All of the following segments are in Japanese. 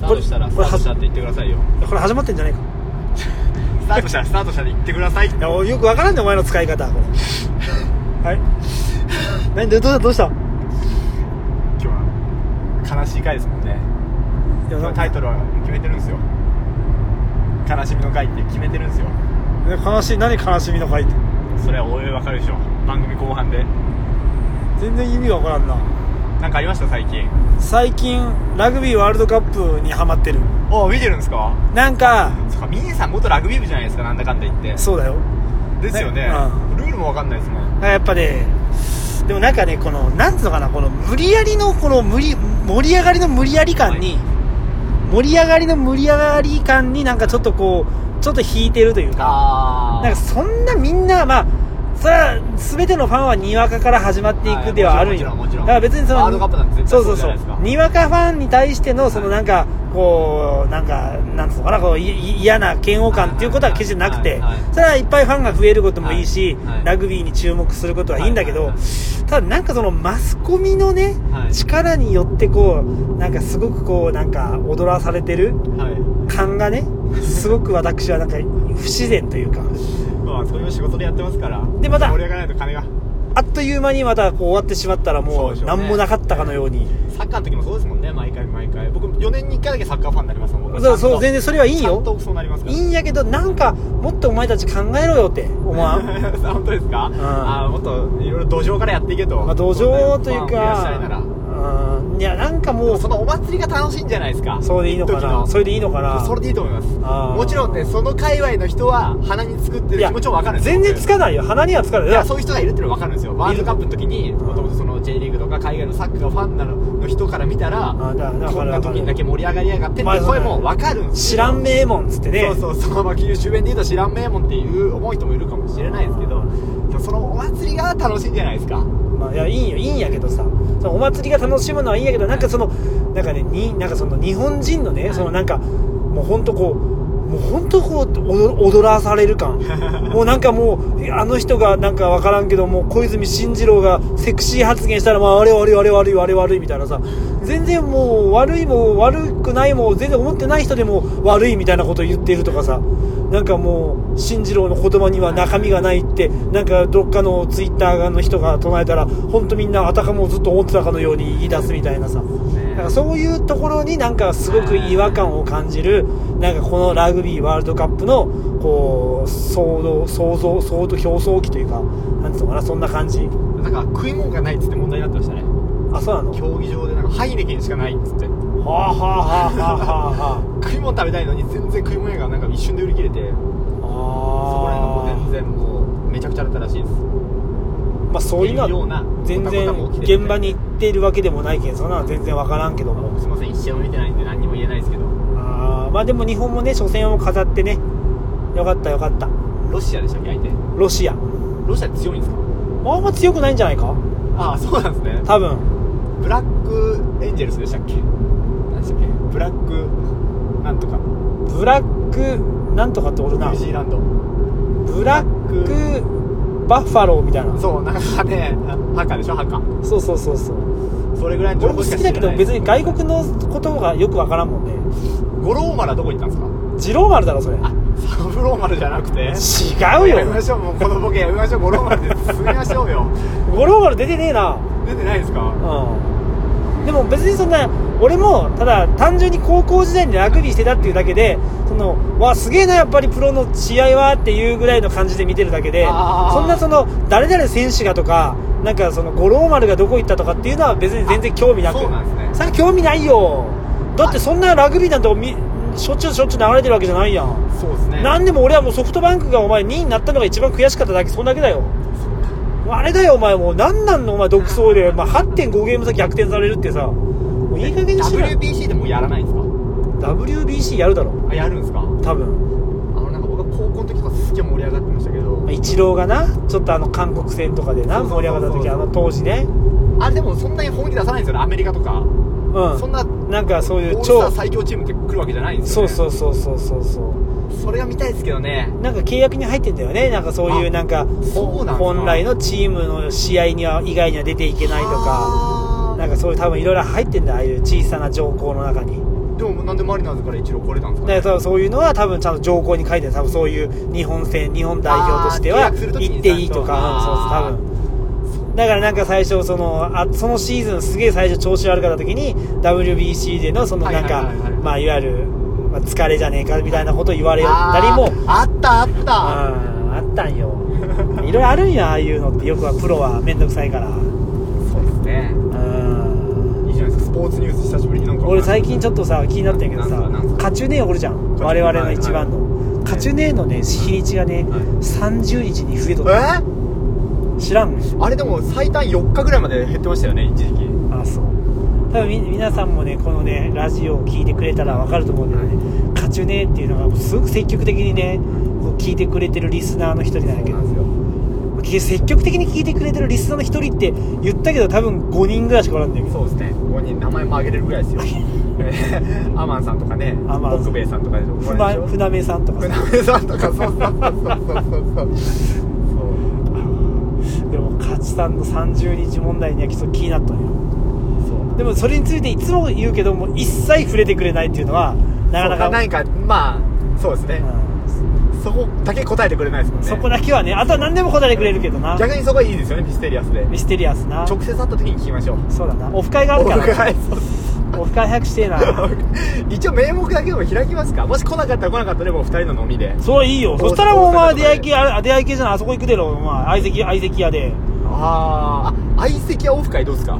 タートしたらスこタれートしたって言ってくださいよこれ始まってんじゃねえかスタートしたらスタートしたって言ってくださいいやおよくわからんねお前の使い方これはい何どどうしたどうした今日は悲しい回ですもんねいや今な日タイトルは決めてるんですよ悲しみの回って決めてるんですよ悲しい何悲しみの回ってそれはおいおいわかるでしょ番組後半で全然意味がわからんななんかありました最近最近ラグビーワールドカップにハマってるお見てるんですかなんかそっかミーさん元ラグビー部じゃないですかなんだかんだ言ってそうだよですよねねうルールもわかんないですもんやっぱねでもなんかねこのなんつうのかなこの無理やりのこの無理盛り上がりの無理やり感に、盛り上がりの無理やり感になんかちょっとこうちょっと引いてるというかあなんかそんなみんなまあそれは全てのファンはにわかから始まっていくではあるんよはいもちろんもちろんだから別にそのワールドカップなんて絶対そうそそううじゃそないですかうにわかファンに対してのそのはいなんかこうなんかなんつうのかなこういい嫌な嫌悪感っていうことは決してなくはていはいはいそれはいっぱいファンが増えることもいいしはいはいラグビーに注目することはいいんだけはいどはいただなんかそのマスコミのねはい力によってこうなんかすごくこうなんか踊らされてるはい感がねすごく私はなんか不自然というか。まあそういう仕事でやってますからでまた盛り上がらないと金があっという間にまたこう終わってしまったらそもうでしうょうね何もなかったかのようにサッカーの時もそうですもんね毎回毎回僕4年に1回だけサッカーファンになりますもん僕そうそう全然然それはいいちゃんよとそうなりますからいいんやけどなんかもっとお前たち考えろよって思 わん本当ですか、あーもっといろいろ土壌からやっていけと、まあ土壌というファンを増やしたいならかうんいやなんかももううそのお祭りが楽しいんじゃないですかそれでいいのか一時なそれでいいのかなそれでいいと思いますあーもちろんねその界隈の人は鼻に作っているや気持ちも分かるんですよ全然つかないよ鼻にはつかないいよやそういう人がいるっていうのは分かるんですよワールドカップの時にもともとその J リーグとか海外のサッカーファンなのの人から見たらあだだこかんらな時にだけ盛り上がりやがってってまあ声も分かるんです知らん名門っつってねそうそうそう、まあ、九州弁で言うと知らん名門っていう思う人もいるかもしれないですけどでもそのお祭りが楽しいんじゃないですかまあ、いやいいよいいんやけどさそのお祭りが楽しむのはいいんやけどなんかそのなんかねになんかその日本人のね、はいそのなんかもう本当こうもう本当こう踊踊らされる感もうなんかもうあの人がなんか分からんけどもう小泉進次郎がセクシー発言したら、まあ、あれ悪い悪い悪い悪い悪いみたいなさ全然もう悪いも悪くないも全然思ってない人でも悪いみたいなことを言っているとかさなんかもう進次郎の言葉には中身がないってなんかどっかのツイッターの人が唱えたら本当みんなあたかもずっと思ってたかのように言い出すみたいなさだからそういうところになんかすごく違和感を感じるなんかこのラグビーワールドカップのこう騒動騒動騒動表層期というかなんつうのかなそんな感じなんか食い物がないっつって問題になってましたねあそうなの競技場でなんかハイネケンしかないっつってはあはあはあはあはあ食い物食べたいのに全然食い物屋がなんか一瞬で売り切れてそこら辺がもう全あ然もうめちゃくちゃだったらしいですあまあそういうのっていうようなは全然こんなことも起きてる現場に行っているわけでもないけどそんなのは全然わからんけどもすいません一試合も見てないんで何にも言えないですけどあーまあでも日本もね初戦を飾ってねよかったよかったロシアでしたっけ相手ロシアロシア強いんですかあんま強くないんじゃないかああそうなんですね多分ブラックエンジェルスでしたっけ何でしたっけブラックなんとかニブラックなんとかっておるなュージーランドブラックバッファローみたいなそうなんかねハカでしょハカそうそうそうそうそれぐらいの情俺も報好しかき知らだなけいど別に外国の言葉がよくわからんもんね五郎丸はどこ行ったんですかジローマルだろそれあサブロー丸じゃなくて違うやめまよしょうもうこのボケやめましょう五郎丸で進みましょうよゴローマル出てねえな出てないですかうん、でも別にそんな俺もただ単純に高校時代にラグビーしてたっていうだけでそのわあすげえなやっぱりプロの試合はっていうぐらいの感じで見てるだけであーそんなその誰々選手がとかなんかその五郎丸がどこ行ったとかっていうのは別に全然興味なくそうなんですねそれ興味ないよだってそんなラグビーなんてみしょっちゅうしょっちゅう流れてるわけじゃないやんそうですねなんでも俺はもうソフトバンクがお前2位になったのが一番悔しかっただけそんだけだよあれだよお前もう何なんのお前独走で、まあ、8.5ゲーム差逆転されるってさもういい加減にしろよ WBC でもうやらないんですか WBC やるだろあやるんですかあ多分のなんか僕は高校の時とかすっげえ盛り上がってましたけどイチローがなちょっとあの韓国戦とかでなそうそうそうそう盛り上がった時あの当時ねあれでもそんなに本気出さないんですよねアメリカとか、うんそんななんかそういオーうルスタ超ー最強チームって来るわけじゃないんですそよ、うね、そうそうそうそうそうそれが見たいですけどねなんか契約に入ってんだよねなんかそういうあなんかそうなんだ本来のチームの試合には以外には出ていけないとかあーなんかそういう多分いろいろ入ってんだああいう小さな条項の中にでもなんでマリナーズから一郎来れたんですかねだからそういうのは多分ちゃんと条項に書いてる多分そういう日本戦日本代表としてあーは契約する時に行っていいとちゃかんとうんそうそう多分だからなんか最初そのあそのシーズンすげえ最初調子悪かった時に WBC でのそのなんはいかはいはいはいまあいわゆるまあ疲れじゃねえかみたいなこと言われたりもあーあったあったああったんよいろいろあるんやああいうのってよくはプロは面倒くさいからそうですねうんいいじゃないですかスポーツニュース久しぶりになんか俺最近ちょっとさ気になってんけどなんさすかなんすかカチュネーおるじゃんカチ我ュネ々の一番のカチュネーのね日にちがはねい30日に増えとったえ知らんあれでも最短4日ぐらいまで減ってましたよね一時期あそう多分み皆さんもねこのねラジオを聞いてくれたら分かると思うんだよね、カチュネーっていうのがもうすごく積極的にねこう聞いてくれてるリスナーの一人なんだけどすよき積極的に聞いてくれてるリスナーの一人って言ったけど多分5人ぐらいしかおらんだよそうですねここに名前も挙げれるぐらいです よえアマンさんとかねアマン北米さんとかでしょふま船目さんとかさ船目さんとかそうそうそうそうそうそうでもカチさんの30日問題にはきっと気になったのよそうでもそれについていつも言うけども一切触れてくれないっていうのはなかなかそうなんかまあそうですね、そこだけ答えてくれないですもうんんねそこだけはねあとは何でも答えてくれるけどな逆にそこはいいですよねミステリアスでミステリアスな直接会った時に聞きましょうそうだなオフ会があるからお伺いそうオフ会早くしてえ な一応名目だけでも開きますかもし来なかったら来なかったらでもう二人の飲みでそういいよ大阪そしたらもうお大阪前とか出で会い系あれ出会い系じゃないあそこ行くでろお前相席相席屋であーあ相席はオフ会どうです か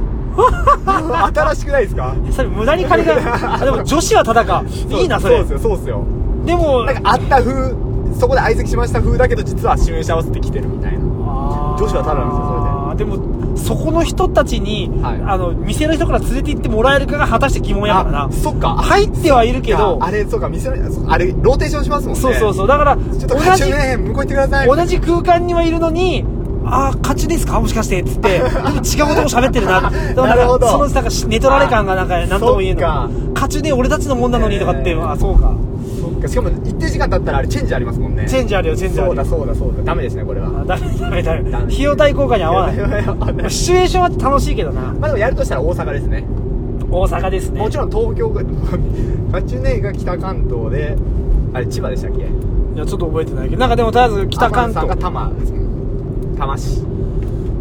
新しくないですかそれ無駄に金 があでも女子はただかいいなそれうそうですよそうですよでもなんかあった風そこで相席しました風だけど実は示し合わせて来てるみたいな女女子はタダなんですよそれででもそこの人たちに、はいあの店の人から連れて行ってもらえるかが果たして疑問やからなあそっか入ってはいるけどああれそうか店のそうあれローテーションしますもんねそうそうそううだからちょ同っとカチュじね向こう行ってください同じ空間にはいるのにああ勝ちですかもしかしてっつってでも違うことも喋って るなでもんなかるほどそのなんかし寝取られ感がなんか何とも言えんそっのか勝ちね俺たちのもんなのにとかって、えーあそうかそっかしかも一定時間経ったらあれチェンジありますもんねチェンジあるよチェンジあそうるだよそうだそうだダメですねこれはあダメダメダメダメ費用対効果に合わいやないやや合わないシチュエーションは楽しいけどな まあでもやるとしたら大阪ですね大阪ですねもちろん東京が カチュネが北関東であれ千葉でしたっけいやちょっと覚えてないけどなんかでもとりあえず北関アマンさんが東多摩多摩市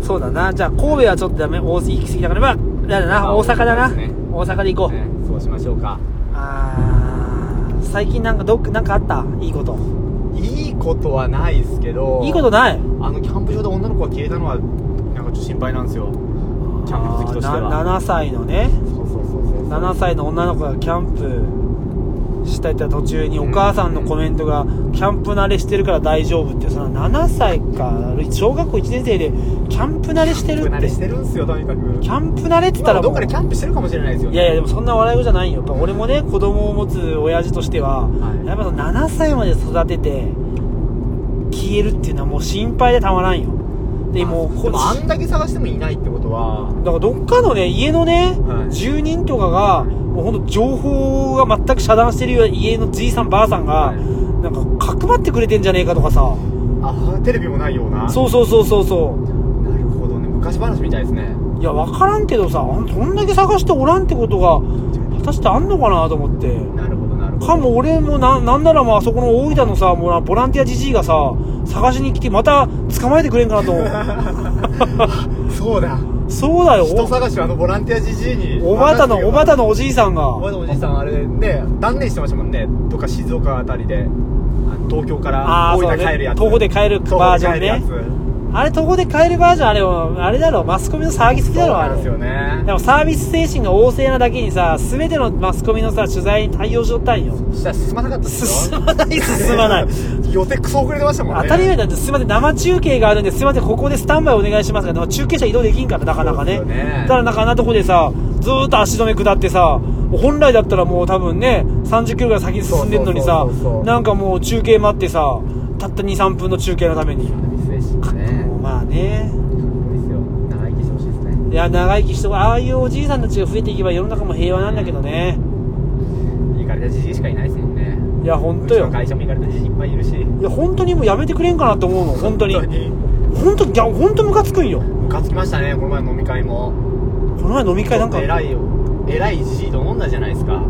そうだなじゃあ神戸はちょっとダメ大行き過ぎだからまあだまよなあ大阪だな大阪ですね大阪で行こう、ねそうしましょうかあー最近なんかどっかなんかあったいいこといいことはないですけどいいことないあのキャンプ場で女の子が消えたのはなんかちょっと心配なんですよキャンプ好きとしてはな7歳のねそうそうそうそう7歳の女の子がキャンプしたいって途中にお母さんのコメントが「キャンプ慣れしてるから大丈夫」ってその7歳か小学校1年生でキャンプ慣れしてるキャンプ慣っれてしてるんすよとにかくキャンプ慣れって言った今らもどもっかでキャうンプしてるかもしれないですよいやいやでももそんな笑い事じゃないよやっぱ俺もね子供を持つ親父としては、はいやっぱその7歳まで育てて消えるっていうのはもう心配でたまらんよでもうでもあんだけ探してもいないってことはだからどっかのね家のね、はい住人とかがもうほんと情報が全く遮断してるような家のじいさんばあさんが、はいなんかかくまってくれてんじゃねえかとかさあテレビもないようなそうそうそうそうそなるほどね昔話みたいですねういや分からんけどさあんそんだけ探しておらんってことが果たしてあんのかなと思ってなるほどなるほどかも俺もななんならもうあそこの大分のさもうなボランティアじじいがさ探しに来てまた捕まえてくれんかなと思うそうだそうだよ人探しはあのボランティアじじいにおばたの任せてればおばたのおじいさんおばがたのおじいさんあれね断念してましたもんねとか静岡あたりであの東京からあー大そう分ね帰るやつ徒歩で帰るバージョンね徒歩で帰るやあれ、どこで買えるバージョン、あれは、あれだろ、マスコミの騒ぎすつそぎだうろ、あなんれ。ですよねでもサービス精神が旺盛なだけにさ、すべてのマスコミのさ、取材に対応しとったんよ。そしたら進まなかったです進よまない、進まない。 予定クソ遅れてましたもんね当たり前だって、すみません、生中継があるんで、すみません、ここでスタンバイお願いしますが、でも中継車移動できんから、なかなかね。そうですよねただ、なんかあんなとこでさ、ずーっと足止め下ってさ、本来だったらもう多分ね、30キロぐらい先に進んでんのにさそうそうそうそう、なんかもう中継待ってさ、たった2、3分の中継のために。ミス精神ねもうまあね。いいですよ長生きしてほしいですねいや長生きしてああいうおじいさんたちが増えていけば世の中も平和なんだけどねいかれたじじいしかいないですもんねいや本当うちのよ会社もいかれたじじいいっぱいいるしいや本当にもうやめてくれんかなって思うの本当に本当に本当いや本当ムカつくんよこムカつきましたねこの前の飲み会もの前飲み会なんか偉いよ偉いじじいと飲んだじゃないですか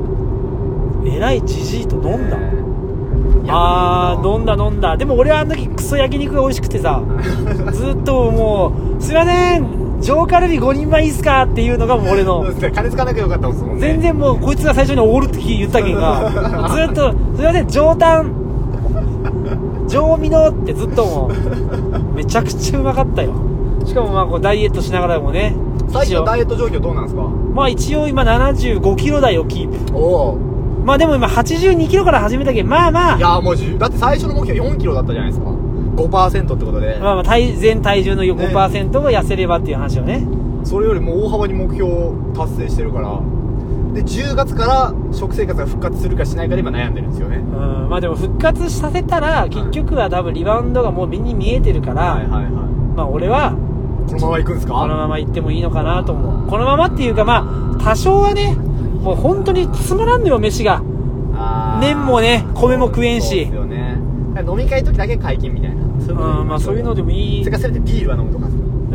ないじじいと飲んだ、いやあー飲飲んだ飲んだでも俺はあの時クソ焼肉が美味しくてさ ずっともう「すいません上カルビ5人前いいっすか?」っていうのがもう俺そのうですね金つかなきゃよかったもんですもんね全然もうこいつが最初におごるって言ったけんがずっと「すいません上タン上身の」ってずっともうめちゃくちゃうまかったよしかもまあこうダイエットしながらもね最近一の応ダイエット状況どうなんですかまあ一応今7 5キロ台をキープおおまあでも今8 2キロから始めたけんまあまあいやーもうじゅうだって最初の目標4キロだったじゃないですか5%ってことで、まあまあ体全体重のね5%が痩せればっていう話をねそれよりも大幅に目標を達成してるからで10月から食生活が復活するかしないかで今悩んでるんですよねうんまあでも復活させたら結局は多分リバウンドがもう目に見えてるから、はいはいはまあ俺はいこのまま行くんですかこのまま行ってもいいのかなと思うこのままっていうかまあ多少はねもう本当につまらんのよ飯があー麺もね米も食えんしそうですよねだから飲み会の時だけ解禁みたいなそういんまあそういうのでもいいせかせめてビールは飲むとか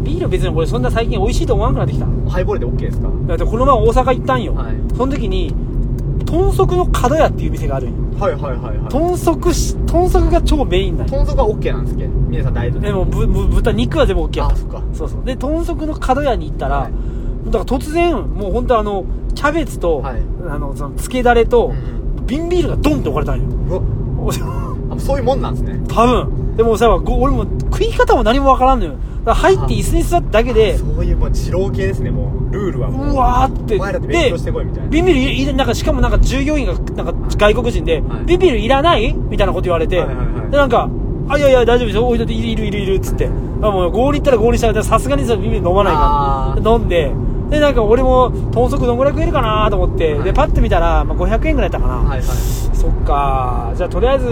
ビール別に俺そんな最近美味しいと思わなくなってきたハイボールで OK ですかだってこの前大阪行ったんよ、はいその時に豚足の角屋っていう店があるんよはいはいはいはい豚足し豚足が超メインなんよ豚足は OK なんですっけ皆さんダイエットでもぶぶ豚肉は全部 OK やったあそっかそうそうで豚足の角屋に行ったら、はいだから突然もう本当あのキャベツと、はいあのそのつけだれと、うん瓶ビールがドンって置かれたんよ うわおあそういうもんなんですね多分でもさご俺も食い方も何もわからんのよだから入って椅子に座っただけでそういうもう二郎系ですねもうルールはもううわーってお前らって勉強してこいみたいなビンビールいいなんかしかもなんか従業員がなんか外国人で、はいビンビールいらないみたいなこと言われて、はいはいはいでなんか「あいやいや大丈夫ですよ置いといているいるいる」っつって、まあ、もう合理行ったら合理したらさすがにそのビンビール飲まないあから飲んででなんか俺も豚足どんぐらい食えるかなと思って、はいでパッて見たら、まあ、500円ぐらいだったかな、はいはいそっかじゃあとりあえず、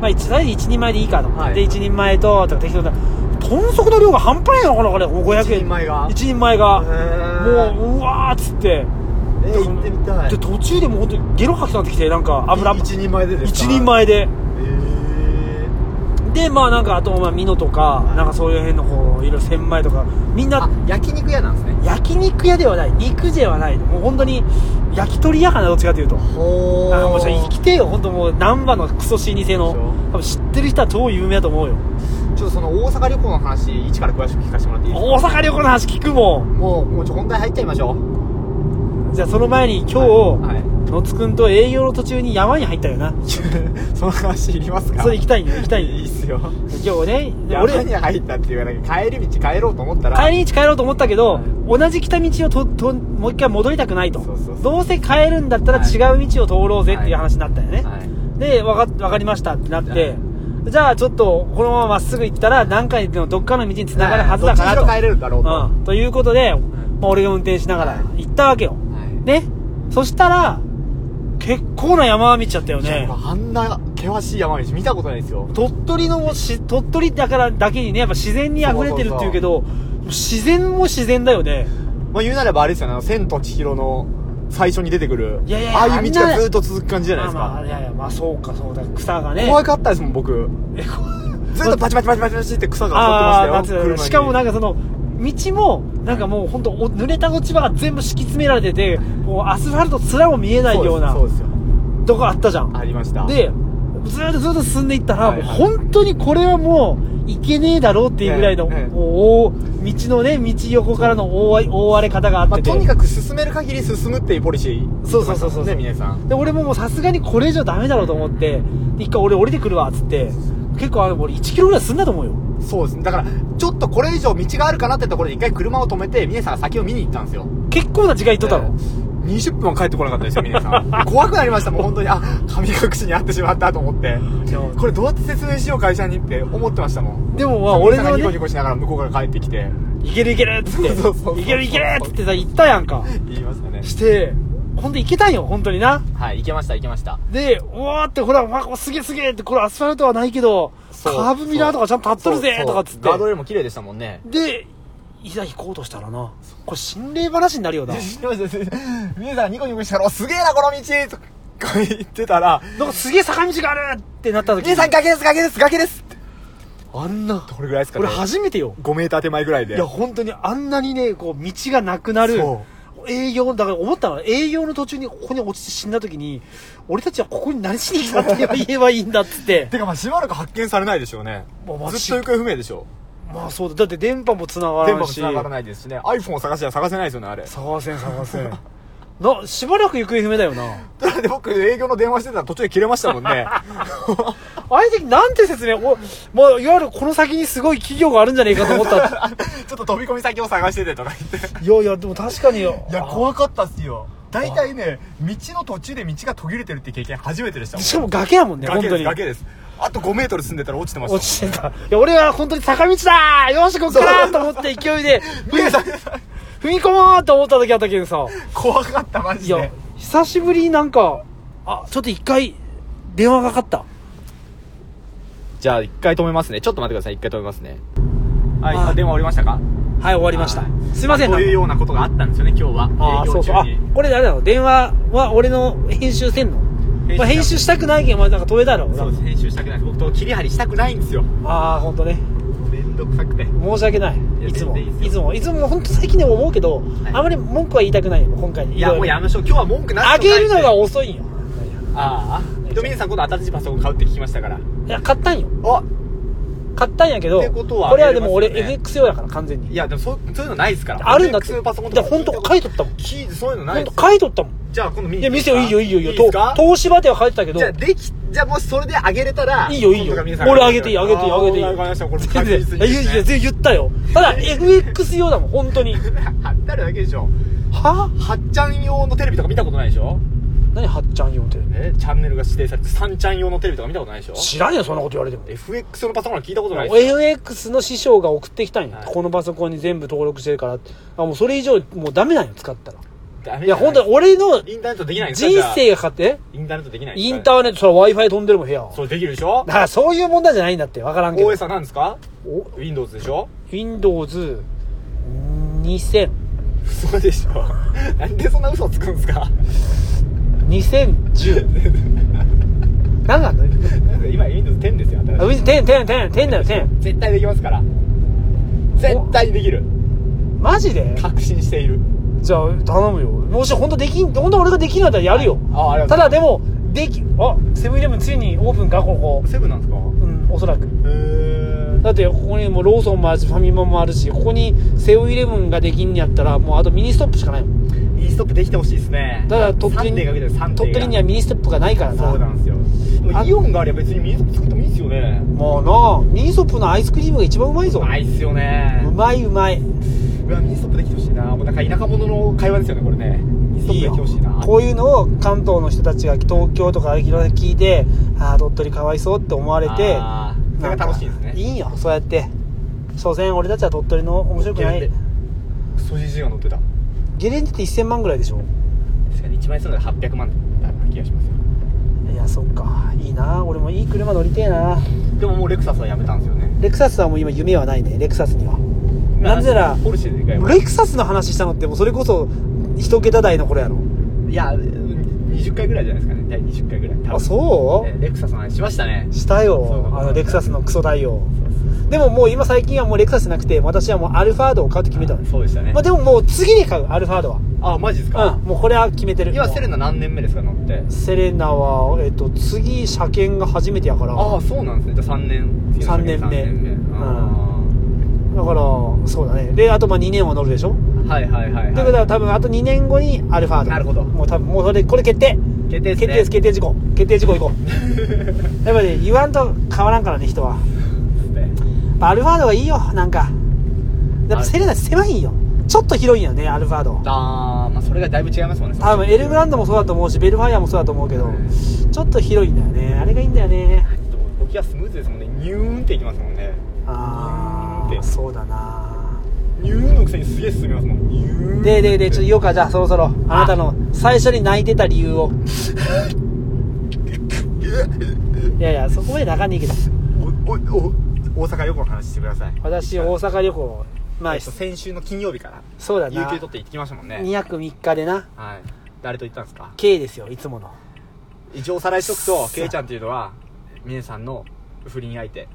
まあ、一とりあえず一人前でいいかと思って、はいで一人前ととか適当な豚足の量が半端ないのかなこれ500円一人前が一人前がへーもううわーっつってえー行ってみたいで途中でもう本当にゲロ吐きそうになってきてなんか油い一人前でですか一人前でえでまあなんかあとまあミノとかいなんかそういう辺のこういろいろ千枚とかみんー、あな焼肉屋なんですね焼肉屋ではない肉ではないもう本当に焼き鳥屋かなどっちかというとほあもうじゃ生きてえよ本当もう難波のクソ老舗のでしょ多分知ってる人は超有名だと思うよちょっとその大阪旅行の話一から詳しく聞かせてもらっていいですか大阪旅行の話聞くもんもうもうちょ本題入っちゃいましょうじゃあその前に今日、はい はいのつくんと営業の途中に山に入ったよなその話いりますかそれ行きたいね行きたいいいっすよ今日ねで山に入ったっていうか帰り道帰ろうと思ったら帰り道帰ろうと思ったけど、はい同じ来た道をとともう一回戻りたくないとそうそうそうどうせ帰るんだったら違う道を通ろうぜっていう話になったよね、はいでわかわかりましたってなって、はいじゃあちょっとこのまままっすぐ行ったら何回のどっかの道につながるはずだからどと,、っちにしろ帰れるだろうと、うん、ということで、まあ、俺が運転しながら行ったわけよはいねそしたら結構な山道だったよいやねやっぱあんな険しい山道見たことないですよ鳥取のし鳥取だからだけにねやっぱ自然に溢れてるっていうけど自然も自然だよねまあ言うなればあれですよねあの千と千尋の最初に出てくるいやいやいやああいう道あんがなずっと続く感じじゃないですか、まあまあいやいやまあそうかそうだ草がね怖かったですもん僕えこずっとバチバチバチバチバチって草あがあ当たなっんてつましたうよのしかもなんかかその道もなんかもう本当お濡れた落ち葉が全部敷き詰められててもうアスファルトすらも見えないようなそうですそうですよとこあったじゃんありましたでずーっとずーっと進んでいったら、はいはいもう本当にこれはもういけねえだろうっていうぐらいの、ええええもう大道のね道横からの覆い覆われ方があっまあてて、とにかく進める限り進むっていうポリシーそうそうそうそうね皆さんで俺ももうさすがにこれ以上ダメだろうと思ってで一回俺降りてくるわっつって結構あの俺1キロぐらい進んだと思うよそうですねだからちょっとこれ以上道があるかなってところで一回車を止めて皆さんが先を見に行ったんですよ結構な時間いっとったの、 20分は帰ってこなかったですよ皆さ ん怖くなりましたもう本当にあ神隠しにあってしまったと思ってでもこれどうやって説明しよう会社にって思ってましたもんでもまあ俺さんがのニコニねコしながら向こうから帰ってきていけるいけるっつってそうそうそういけるいけるっつってさ行ったやんか言いましたねしてほんと行けたんよ本当になはい行けました行けましたで、うわーって、ほら、わおすげえすげえって、これアスファルトはないけど、そカうーブミラーとかちゃんと立っとるそぜうとかっつっそうガードレーて。ルも綺麗でしたもんねで、いざ行こうとしたらな、これ心霊話になるよな。知ってました知ってました皆さんニコニコしながらお「すげえなこの道!」とか言ってたらなんかすげえ坂道があるってなっ「た時皆さん崖です崖です崖です!」ってあんな、どれぐらいですかね俺初めてよ。 5メーター手前ぐらいでいや、本当にあんなにね、こう、道がなくなるそ。営業だから思ったの営業の途中にここに落ちて死んだ時に俺たちはここに何しに来たって言えばいいんだっつっててかまあしばらく発見されないでしょうねまあまあずっと行方不明でしょまあそうだだって電波もつなが電波らないもし繋がらないですしね iPhone を探しは探せないですよねあれ探せん探せん なしばらく行方不明だよなだって僕営業の電話してたら途中で切れましたもん ねあれでなんて説明お、まあ、いわゆるこの先にすごい企業があるんじゃねえかと 思ったってちょっと飛び込み先を探しててとか言っていやいやでも確かにいいや怖かったっすよ大体ね道の途中で道が途切れてるって経験初めてでしたもんしかも崖やもんね本崖で当すに崖ですあと5メートル進んでたら落ちてました 落ちてたいや俺は本当に坂道だよしこっからと思って勢いで見えた見えた踏み込もうと思った時あったけどさ怖かったマいジやで久しぶりになんかあちょっと一回電話がかかったじゃあ一回止めますねちょっと待ってください一回止めますねはいああ電話終わりましたかはい終わりましたはいすいませんというなんかようなことがあったんですよね今日はああそうそうあこれあれだろ電話は俺の編集せんの編集まあ、編集したくないけど、まあ、なんか止めたろそうです編集したくないです僕と切り張りしたくないんですよああ本当ねめんどくさくて申し訳ないやいつも全然いいですよいつもいつも本当最近でも思うけど、いあまり文句は言いたくないよ今回いやもうやめましょう今日は文句なしあげるのがあ遅いんよあひとみねさん今度新しいパソコン買うって聞きましたからいや買ったんよあ買ったんやけどってことはこれはでも俺あげれ FX 用やから完全いにやでもそうそういうのないですからあるんだって FX パソコンいや本当書いとったもんキーそういうのないで本当すよ買いとったもんじゃあ今度見いにや行き店よいいよいいよいいよですかと東芝では書いてたけどじゃあできじゃあもしそれであげれたらいいよいい今度かよら皆さん俺あげていいあげていいあげていいわかりましたこれ全然確実いにやいやいや全 然言ったよただ FX 用だもん本当に貼ってあるだけでしょははっちゃん用のテレビとか見たことないでしょ何はっちゃん用ってえチャンネルが指定されて3ちゃん用のテレビとか見たことないでしょ知らんよそんなこと言われても FX のパソコンは聞いたことないですよ FX の師匠が送ってきたんや、はいこのパソコンに全部登録してるからってあもうそれ以上もうダメなんよ使ったらダメいや本じゃな当に俺のインターネットできないんですか人生が勝ってじゃあインターネットできないんですイかンターネットそれ w i f i 飛んでるもん部屋はそれできるでしょだからそういう問題じゃないんだって分からんけど OS は何ですかお Windows でしょ Windows2000 嘘でしょ なんでそんな嘘つくんですか2010何なの 今 Windows 10ですよ新しい ?Windows101010 だよ10絶対できますから絶対できるマジで確信しているじゃあ頼むよもし本当できん本当俺ができるんだったらやるよあありがとたうございだでもできあセブンイレブンついにオープンかここますセブンなんですかうんおそらくへだってここにもうローソンもあるしファミマもあるしここにセブンイレブンができんやったらもうあとミニストップしかないもんえイーストップできてほしいですねだから鳥取3手かけて3手が鳥取にはミニストップがないからなそうなんですよでもあイオンがあれば別にミニストップ作ってもいいですよねもうなミニストップのアイスクリームが一番うまいうぞまいっすよねうまいうまいうわミニストップできてほしいなもうなんか田舎者の会話ですよねこれねミニストップできてほしいなこういうのを関東の人たちが東京とかいろいろ聞いてああ鳥取かわいそうって思われてあーそれが楽しいですなねんかいいよそうやって所詮俺たちは鳥取の面白くなゲレいンデクソジジイが乗ってたゲレンデって1000万ぐらいでしょ確かに1枚するので800万だった気がしますよいやそっかいいな俺もいい車乗りてえなでももうレクサスはやめたんですよねレクサスはもう今夢はないねレクサスにはなんでならポルシェでかいレクサスの話したのってもうそれこそ一桁台の頃やろいや20回ぐらいじゃないですかね第20回ぐらい多分あそう、えレクサスの話しましたねしたそういうこよとあのレクサスのクソ代をでももう今最近はもうレクサスじゃなくて私はもうアルファードを買うって決めたのあそうでしたね、まあでももう次に買うアルファードあマジですかはうん、もうこれは決めてる今セレナナ何年目ですか乗ってセレナはえっと次車検が初めてやからああそうなんですねじゃあ3年次の三年目三うあんだからそうだねであとまあ2年は乗るでしょーはいはいはい、はい、ということは多分あと2年後にアルファードなるほどもう多分もうそれこれ決定決定ですね決定です決定事項決定事項行こ うやっぱね言わんと変わらんからね人はやっぱアルファードがいいよなんかやっぱセレナ狭いんよちょっと広いんよねアルファードあーまあそれがだいぶ違いますもんね多分エルグランドももそうだと思うしベルファイアもそうだと思うけどちょっと広いんだよねあれがいいんだよね動きはスムーズですもんねニューンっていきますもんねああそうだなニューンのくせにすげえ進みますもんニューンでででちょっと言おうかじゃあそろそろあなたの最初に泣いてた理由 をいやいやそこまで泣かねえけどおおお大阪旅行の話してください私大阪旅行まあえっと先週の金曜日からそうだ有な給取って行ってきましたもんね2泊3日でなはい誰と行ったんですか K ですよいつもの一応おさらいしとくとさケイちゃんっていうのは峰さんの不倫相手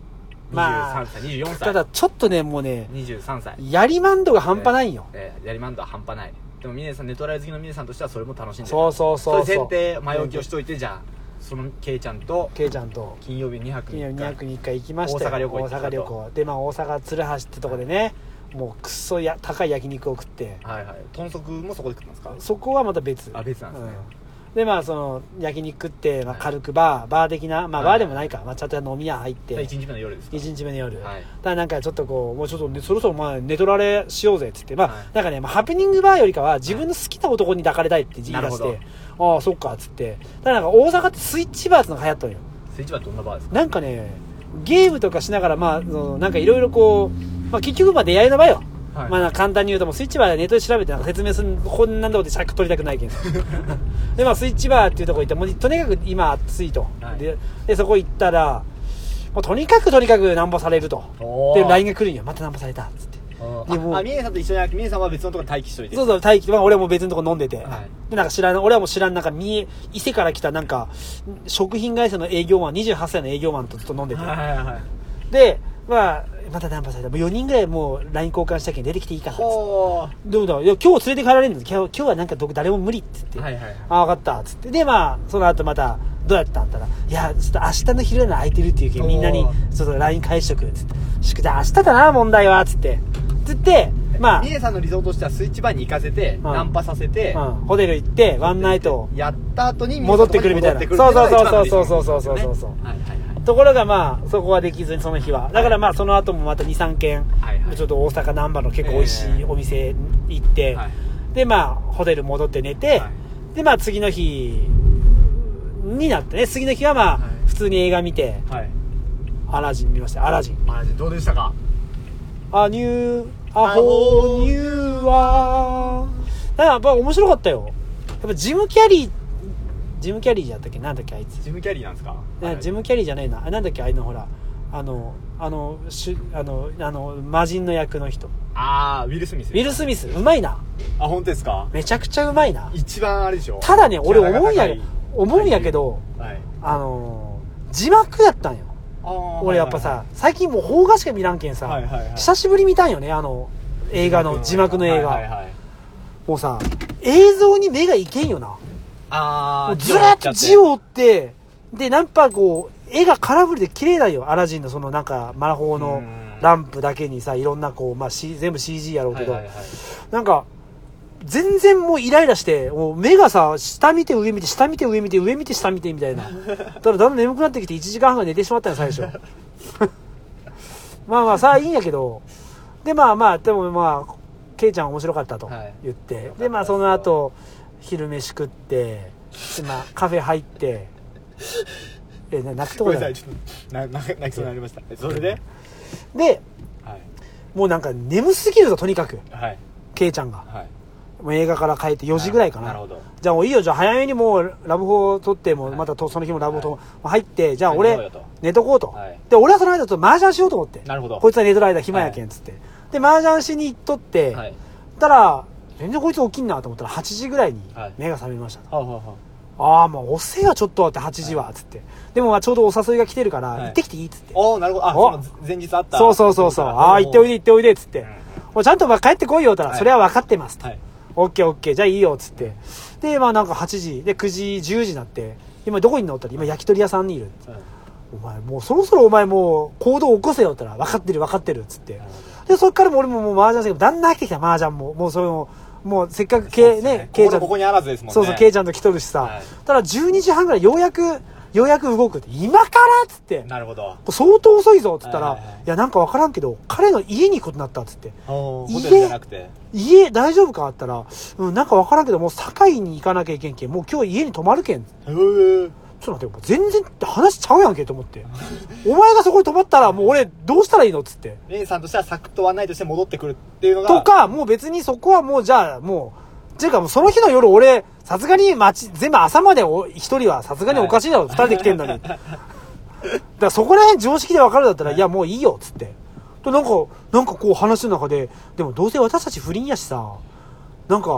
まあ23歳24歳ただちょっとねもうね23歳やりまん度が半端ないんよ、えーやりまんどは半端ないでも峰さんネトライ好きの峰さんとしてはそれも楽しんでるそうそうそそううそいうう前提前置きをしといてじゃあそのケイちゃんとケイちゃんと金曜日2泊金曜3日日2泊3日行きましたよ大阪旅行行っ大てきたと阪旅行でまあ大阪鶴橋ってとこでねもうくっそや高い焼肉を食ってはいはい豚足もそこで食ったんですかそこはまた別あ別なんですねうんでまあその焼肉食って、まあ、はい軽くバーバー的なまはあいバーでもないか、まあ、ちゃんと飲み屋入って1日目の夜ですか1日目の夜、はいだからなんかちょっとこうもうちょっと、ね、そろそろまあ寝取られしようぜっつってまあ、はいなんかね、まあ、ハプニングバーよりかは自分の好きな男に抱かれたいって言い出して、なるああそっかっつってただなんか大阪ってスイッチバーってのが流行ったのよスイッチバーどんなバーですかなんかねゲームとかしながらまあそのなんかいろいろこう、まあ、結局まあ出会いの場合よはいまあ、簡単に言うともうスイッチバーでネットで調べてなんか説明するこんなんとこで尺取りたくないけど で、まあ、スイッチバーっていうとこ行ってもうとにかく今暑いと、はいででそこ行ったらもうとにかくとにかくなんぼされるとおーで LINE が来るんよまたなんぼされたっつってあでもあ峰さんと一緒じゃなくて峰さんは別のところで待機しといてそうそう待機は俺はもう別のとこ飲んでて、はいでなんか知らない俺はもう知らんなんか三重伊勢から来たなんか食品会社の営業マン28歳の営業マンとずっと飲んでて、はいはいはいでまあまたナンパされたもう4人ぐらいもう LINE 交換したけん出てきていいかなっつってほでもだいや今日連れて帰られるんです今日今日はなんかどこ誰も無理って言って、ーはいはいはいああ分かったっつってでまあその後またどうやったんったら「いやちょっと明日の昼なら空いてるっていうけんみんなにおーちょっと LINE 返しとく」っつって「しくじゃあ明日だな問題は」っつってつってまあミ、エさんの理想としてはスイッチバーに行かせて、ナンパさせて、うん、ホテル行ってワンナイトやった後に戻ってくるみたいな戻ってくるっていのが一番の理想そうそうそうそうそうそうそうですよねはいはいはいところがまあそこはできずにその日はだからまあその後もまた23軒、はいはいちょっと大阪難波の結構美味しいお店行って、はいでまあホテル戻って寝て、はでまあ次の日になってね次の日はまあ、はい普通に映画見てはいアラジン見ましたよアラジンマジどうでしたかあニューアホーニューはだからやっぱ面白かったよやっぱジム・キャリージム・キャリーじゃったっけなんだっけあいつジムキャリーなんですかなジムム・キャリーじゃないなあなんだっけあいのほらあのあのしゅあのあの魔人の役の人ウああウィル・スミスィル・スミスうまいなあ本当ですかめちゃくちゃうまいな一番あれでしょただね俺キャラ思がうん高やい思うんやけどはいあのー字幕やったんよあー俺やっぱさ最近もう邦画しか見らんけんさ、はいはいはい久しぶり見たんよねあの映画の字幕の映画、はいはいはいもうさ映像に目がいけんよなあもあうずらっと字を追ってでなんかこう絵がカラフルで綺麗だよアラジンのそのなんか魔法うのんランプだけにさいろんなこう、まあ、C 全部 CG やろうはけいど、はいはいなんか全然もうイライラしてもう目がさ下見て上見て下見て上見て上見て下見てみたいなただだんだん眠くなってきて1時間半が寝てしまったよ最初 まあまあさあいいんやけどでまあまあでもまあケイちゃん面白かったとはい言って、かったでまあその後昼飯食ってでまあカフェ入ってえな泣くとごこめんなさだよいちょっとなな泣きそうになりましたそれでではいもうなんか眠すぎるぞとにかくはいケイちゃんがはいもう映画から帰って4時ぐらいかななるほどじゃあもういいよ、じゃあ早めにもうラブホを取って、もうはいまたとその日もラブホと、は入って、じゃあ寝とこう俺よと、寝とこうと、はいで、俺はその間ちょっと麻雀しようと思って。なるほどこいつは寝とる間暇やけん、つって。で、麻雀しに行っとって、はいたら、全然こいつ起きんなと思ったら8時ぐらいにはい目が覚めましたと。はあはあはああ、まあ遅いよちょっとって8時は、つって。でもまあちょうどお誘いが来てるから、はい行ってきていいっつって。あおーなるほどあおその前日あったそうそうそうそう。ああ、行っておいで行っておいで、つって。んもうちゃんとまあ帰ってこいよ、たら、はいそれは分かってますと。はいオッケーオッケーじゃあいいよっつってでまあなんか8時で9時10時になって今どこに乗ったら今焼き鳥屋さんにいるうんなるお前もうそろそろお前もう行動起こせよって言ったら分かってる分かってるっつってほどでそっからもう俺ももう麻雀してだんだん飽きてきた麻雀ももうそれももうせっかくそうけですねけいこちこゃんここにあらずですもんねそうそうけいちちゃんと来とるしさ、はいただ12時半ぐらいようやくようやく動くって今からっつってなるほど相当遅いぞっつったら、はいいはいはいやなんか分からんけど彼の家に行くことになったっつっておーいいホテえルじゃなくて家大丈夫かあったら、うん、なんか分からんけど、もう堺に行かなきゃいけんけん、もう今日家に泊まるけん。ちょうーっと待って、もう全然話ちゃうやんけと思って。お前がそこに泊まったら、もう俺どうしたらいいのっつって。レイさんとしてはサクッと案内として戻ってくるっていうのがとか、もう別にそこはもうじゃあ、もう、ていうかもうその日の夜俺、さすがに街、全部朝までお一人はさすがにおかしいだろ、二人で来てんの に。だからそこら辺常識で分かるだったら、いやもういいよ、っつって。と、なんか、なんかこう話の中で、でもどうせ私たち不倫やしさ、なんか、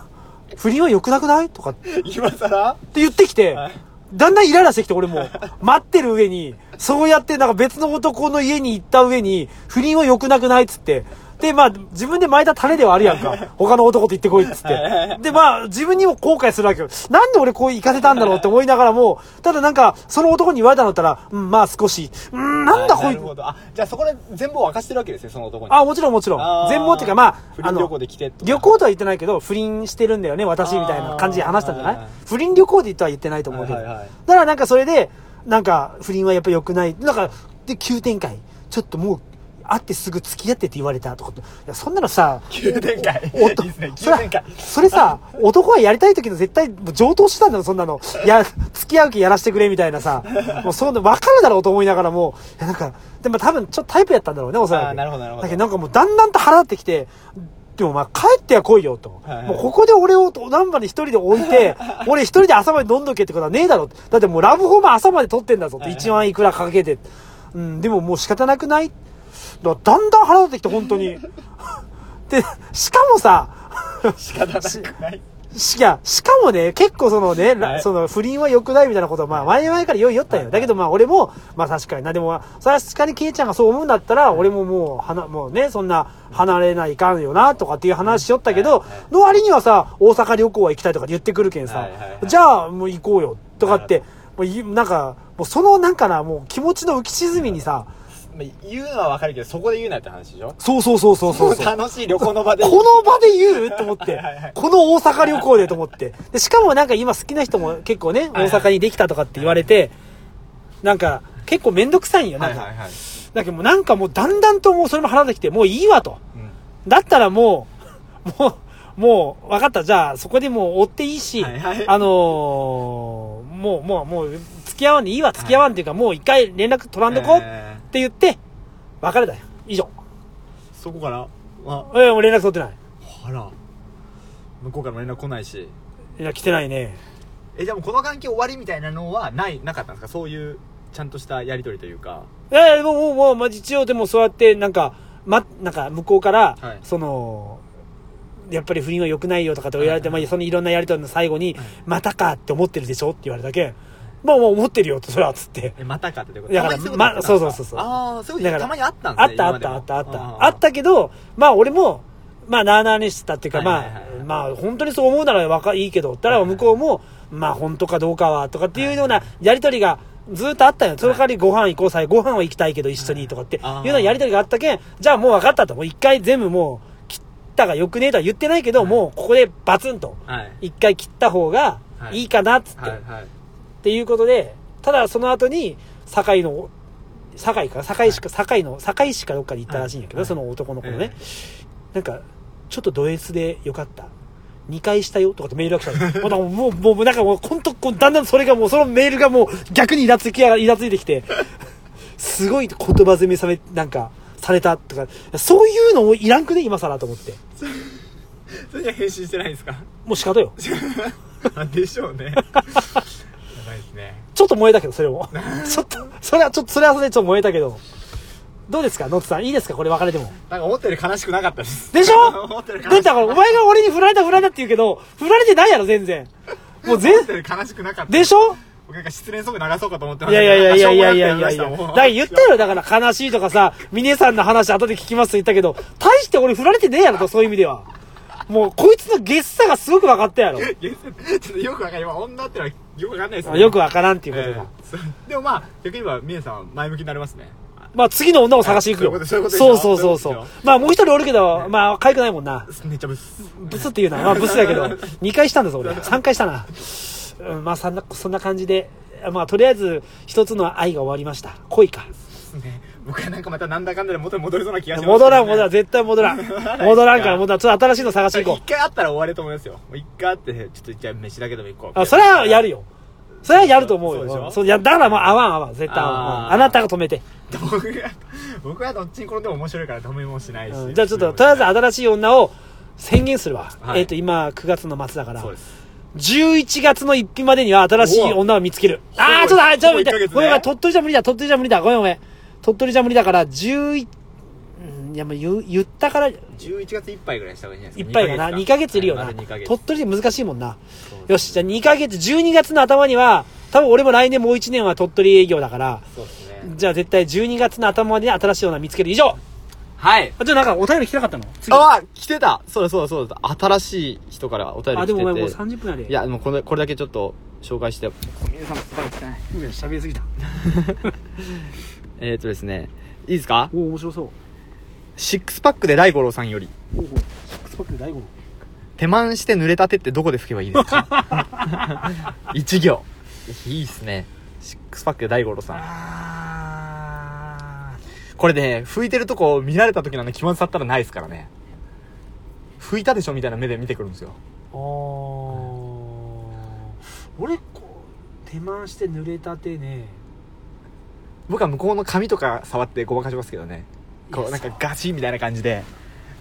不倫は良くなくないとかって今さら言ってきてはい、だんだんイライラしてきて 俺も、待ってる上に、そうやってなんか別の男の家に行った上に、不倫は良くなくないっつって、で、まあ、自分で巻いたタレではあるやんか。他の男と行ってこいっつっはいはいはて。で、まあ、自分にも後悔するわけよ。なんで俺こう行かせたんだろうって思いながらも、ただなんか、その男に言われたのだったら、うん、まあ少し、うん、なんだこいなるほどあじゃあそこで全部を明かしてるわけですねその男にあ、もちろんもちろあーん。全貌っていうか、ま不あ、あ倫旅の行で来てとか旅行とは言ってないけど、不倫してるんだよね、私、あーみたいな感じで話したんじゃない、はいはい不倫旅行でとは言ってないと思うけど。はいはいはいだからなんかそれで、なんか、不倫はやっぱ良くない。なんか、で、急展開。ちょっともう、会ってすぐ付き合ってって言われたとかって。いや、そんなのさ、急展開 おいいですね急それ展開それさ、男はやりたい時の絶対もう上等手段だろ、そんなの。いや、付き合う気やらせてくれみたいなさ、もうそんな、わかるだろうと思いながらも、いやなんか、でも多分ちょっとタイプやったんだろうね、おそらあーく。なるほどなるほどだけどなんかもうだんだんと腹立ってきて、でもまあ帰っては来いよと。はいはいもうここで俺を難波に一人で置い て、俺一人で朝まで飲んどけってことはねえだろ。だってもうラブホーム朝まで撮ってんだぞって、はいはい1万いくらかけて。うん、でももう仕方なくないだからだんだん腹立ってきて、本 当に。で、しかもさ、仕方なくないしか、しかもね、結構そのね、らはいその不倫は良くないみたいなことは、まあ前々からよいよったんよ。だけどまあ俺も、まあ確かにな、でもまあ、確かにケイちゃんがそう思うんだったら、俺ももう、はな、もうね、そんな、離れないかんよな、とかっていう話しよったけどはい、の割にはさ、大阪旅行は行きたいとかって言ってくるけんはさいはいはい、じゃあもう行こうよ、とかっはて、もういなんか、もうそのなんかな、もう気持ちの浮き沈みにさ、まあ言うのはわかるけどそこで言うなって話でしょそうそうそうそうそうそう。楽しい旅行の場でこの場で言うと思ってはいはい、この大阪旅行でと思って。で、しかもなんか今好きな人も結構ね、はい大阪にできたとかって言われて、なんか結構めんどくさいんよ。はないんはいか、はい、だけどもうなんかもうだんだんともうそれも腹立ってきて、もういいわと。だったらもう、 もう、もう、分かった。じゃあ、そこでもう追っていいし、はいはいあのーもう、もう、もう、付き合わんでいいわ、付き合わんっていうか、もう一回連絡取らんとこうってえ言って、別れたよ。以上。ーそこからあえ、もう連絡取ってない。あら向こうからも連絡来ないしいや、来てないね。えじゃあもうこの関係終わりみたいなのはないなかったんですかそういうちゃんとしたやり取りというかええもう、もう、もう、まあ、一応でもそうやって、なんか、ま、なんか、向こうから、はいその、やっぱり不倫は良くないよとかって言われて、はいはいまあ、そのいろんなやりとりの最後に、またかって思ってるでしょって言われたけん、まあ、まあ、思ってるよと、それは、つって。えまたかってことだからたまにいことあったんですまそうそうそうそうああそういうだことたまからにあったんあですねった今あっまでたもあったあった。ーあったけど、まあ、俺も、まあ、なあなあにしてたっていうか、はいはいはいはいまあ、まあ、本当にそう思うならわかいいけど、たら向こうも、まあ、本当かどうかは、とかっていうようなやりとりが、ずっとあったよ。その代わりご飯行こうさえ、ご飯は行きたいけど一緒にとかって、いうあよーうなやりとりがあったけん、じゃあもう分かったと。もう一回全部もう、切ったがよくねえとは言ってないけど、もうここでバツンと、はい一回切った方がはいいいかなっつって、はいはいっていうことで、ただその後に、堺の、堺か堺市か、堺の、堺市かどっかに行ったらしいんやけど、はいその男の子のねえ。なんか、ちょっとド S でよかった。2回したよとかってメールが来たの もうもう、もう、もうなんかもう、ほんと、こうだんだんそれがもう、そのメールがもう、逆にイラつきやが、イラついて きて、すごい言葉攻めされ、なんか、されたとか、そういうのもいらんくね、今更と思って。それじゃ返信してないんですか もう仕方よ。あでしょうね やばいですねちょっと燃えたけど、そ れも。ちょっと、それはちょっと、それはそれでちょっと燃えたけど。どうですか、ノッツさん。いいですかこれ別れても。なんか思ったより悲しくなかったですで し思ょったよりだ悲っしてくほら、お前が俺に振られた振られたって言うけど、振られてないやろ、全然。もう全思っ、たより悲しくなかったでしょ僕なんか失恋ソング流そうかと思ってまいしたやいけやどいやいやいやいやいやいや。なんだかしょうもなくなりましたもうから言ったよ、だから悲しいとかさ、峰さんの話後で聞きますと言ったけど、大して俺振られてねえやろと、そういう意味では。もう、こいつのゲッサがすごく分かったやろ。いやちょっとよくわかんない今女ってのはよくわかんないですねよく分からんっていうことえが。えそうでもまあ逆に言えばミネさんは前向きになれますねまあ、次の女を探していくよ。あそういうことそういうそうことでしそょうそうそそういうことうで。まあ、もう一人おるけど、まあ、可愛くないもんな。めっちゃブスブスっていうのは、まあブスだけど、2回したんだぞ、俺。3回したな。うん、まあそんな、そんな感じで、まあとりあえず、一つの愛が終わりました。恋か。ね僕はなんかまたなんだかんだで元に戻りそうな気がします、戻らん、戻らん、絶対 戻らん。らん戻らんから、戻らん。ちょっと新しいの探していこ一回あったら終わりと思いますよもう一回あってちょっと一回飯だけでも行こう。うあ、それはやるよ。それはやると思うそうでしょよ。そう、いや、だからもう、合わん、合わん。絶対合わん。あーうんあなたが止めて。僕が僕はどっちに転んでも面白いから止めもしないし、うんじゃあちょっと、とりあえずあ新しい女を宣言するわ。はいえっと、今、9月の末だからそう。です11月の一日までには新しい女を見つける。おああ、ちょっと、あーちょほっと待っぼて、一ヶ月ねごめんごめん、鳥取じゃ無理だ、鳥取じゃ無理だ、ごめんごめん。鳥取じゃ無理だから、11、うんいや、もう言う言ったから、い11月いっぱいぐらいにした方がいいんじっゃなぱいいですかかな。2ヶ月いるよはな。丸二ヶ月鳥取で難しいもんな。そうよし、じゃあ2ヶ月、12月の頭には、多分俺も来年もう1年は鳥取営業だから、そうですねじゃあ絶対12月の頭までに新しい女見つける。以上はいあじゃあなんかお便り来てなかったの次あ来てたそうだそうだそうだ新しい人からお便り来あでててもお前もう30分やでいやでもこれこれだけちょっと紹介して皆さんすごい汚いいや喋りすぎたえっ、ー、とですねいいですかおお面白そうシックスパックで大五郎さんよりおおシックスパックで大悟手満して濡れた手ってどこで拭けばいいですか 一行いいっすねシックスパックで大五郎さんあこれね拭いてるとこ見られた時なんで気まずさったらないですからね拭いたでしょみたいな目で見てくるんですよあ俺こう手満して濡れた手ね僕は向こうの髪とか触ってごまかしますけどねこうなんかガチみたいな感じで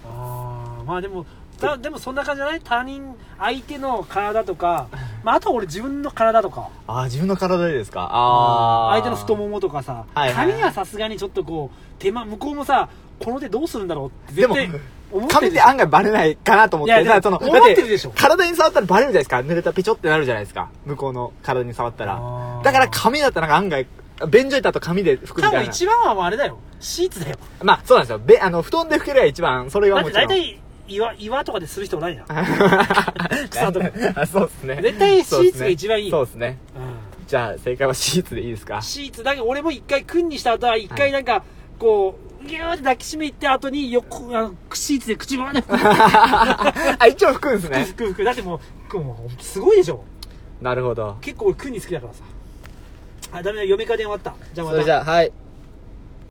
ああまあでもだでもそんな感じじゃない他人相手の体とか、まあ、あとは俺自分の体とかああ自分の体でですかああ相手の太ももとかさ、はいはい髪はさすがにちょっとこう手間向こうもさこの手どうするんだろうって絶対でも思って髪るって案外バレないかなと思って。いやでもだからその思ってるでしょだ体に触ったらバレるじゃないですか。濡れたらピチョってなるじゃないですか。向こうの体に触ったらあ。ーだから髪だったらなんか案外、便所行った後髪で拭くみた多分いな。一番はもうあれだよシーツだよまあそうなんですよ。べ、あの、布団で拭けりゃ一番、それがだっもてちろ大ん。体岩岩とかでする人もないじゃん、 草とかあそうですね。絶対シーツが一番いいそうですね。うんじゃあ正解はシーツでいいですか シーツだけ俺も一回訓にした後は一回なんかこうギューって抱きしめて後に横あのシーツで口まで拭くあ、一応拭くんですね。拭く拭くだってもうもうすごいでしょなるほど。結構俺訓に好きだからさあダメだ嫁から電話あったじゃあまそたれじゃあ、はい。